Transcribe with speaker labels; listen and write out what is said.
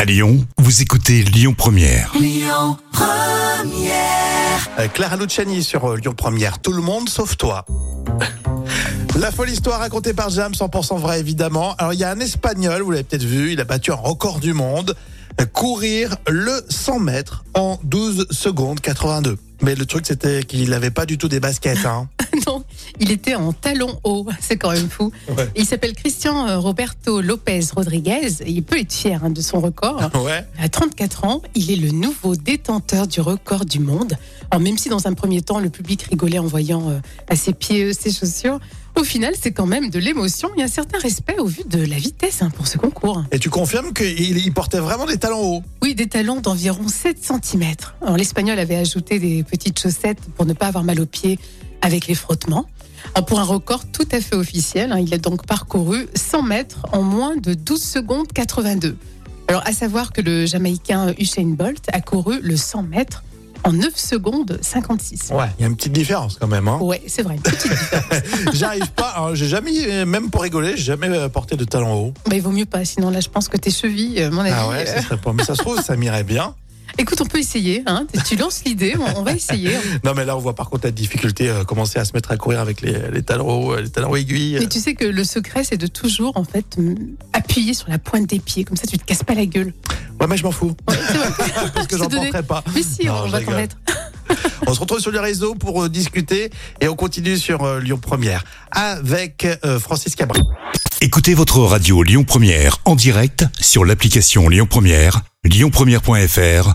Speaker 1: À Lyon, vous écoutez Lyon Première.
Speaker 2: Euh, Clara Luciani sur euh, Lyon Première. Tout le monde sauf toi. La folle histoire racontée par Jam, 100% vrai évidemment. Alors il y a un Espagnol, vous l'avez peut-être vu, il a battu un record du monde, euh, courir le 100 mètres en 12 secondes 82. Mais le truc c'était qu'il n'avait pas du tout des baskets. Hein.
Speaker 3: Non, il était en talon haut, c'est quand même fou.
Speaker 2: Ouais.
Speaker 3: Il s'appelle Christian euh, Roberto Lopez Rodriguez, et il peut être fier hein, de son record.
Speaker 2: Ouais.
Speaker 3: À 34 ans, il est le nouveau détenteur du record du monde. Alors même si dans un premier temps, le public rigolait en voyant euh, à ses pieds euh, ses chaussures, au final, c'est quand même de l'émotion et un certain respect au vu de la vitesse hein, pour ce concours.
Speaker 2: Et tu confirmes qu'il il portait vraiment des talons hauts.
Speaker 3: Oui, des talons d'environ 7 cm. Alors, l'Espagnol avait ajouté des petites chaussettes pour ne pas avoir mal aux pieds avec les frottements. Alors, pour un record tout à fait officiel, hein, il a donc parcouru 100 mètres en moins de 12 secondes 82. Alors, à savoir que le Jamaïcain Usain Bolt a couru le 100 mètres en 9 secondes 56.
Speaker 2: Ouais, il y a une petite différence quand même. Hein.
Speaker 3: Ouais, c'est vrai. une petite différence.
Speaker 2: J'arrive pas, hein, j'ai jamais, euh, même pour rigoler, j'ai jamais euh, porté de talons hauts.
Speaker 3: bah, il vaut mieux pas, sinon là, je pense que tes chevilles, euh, mon avis.
Speaker 2: Ah ouais,
Speaker 3: euh,
Speaker 2: ça serait pas. Mais ça se trouve, ça m'irait bien.
Speaker 3: Écoute, on peut essayer. Hein, tu lances l'idée, on, on va essayer.
Speaker 2: Non, mais là, on voit par contre la difficulté, euh, commencer à se mettre à courir avec les, les talons hauts, euh, les talons aiguilles.
Speaker 3: Mais tu sais que le secret, c'est de toujours, en fait, m- appuyer sur la pointe des pieds. Comme ça, tu te casses pas la gueule.
Speaker 2: Ouais, mais je m'en fous,
Speaker 3: Ouais, c'est vrai.
Speaker 2: parce que
Speaker 3: Je
Speaker 2: j'en
Speaker 3: te donnais-
Speaker 2: porterai pas.
Speaker 3: Mais si,
Speaker 2: Non,
Speaker 3: on
Speaker 2: je
Speaker 3: va t'en
Speaker 2: rigole.
Speaker 3: mettre.
Speaker 2: On se retrouve sur les réseaux pour euh, discuter et on continue sur euh, Lyon Première avec euh, Francis Cabral.
Speaker 1: Écoutez votre radio Lyon Première en direct sur l'application Lyon Première, lyonpremière.fr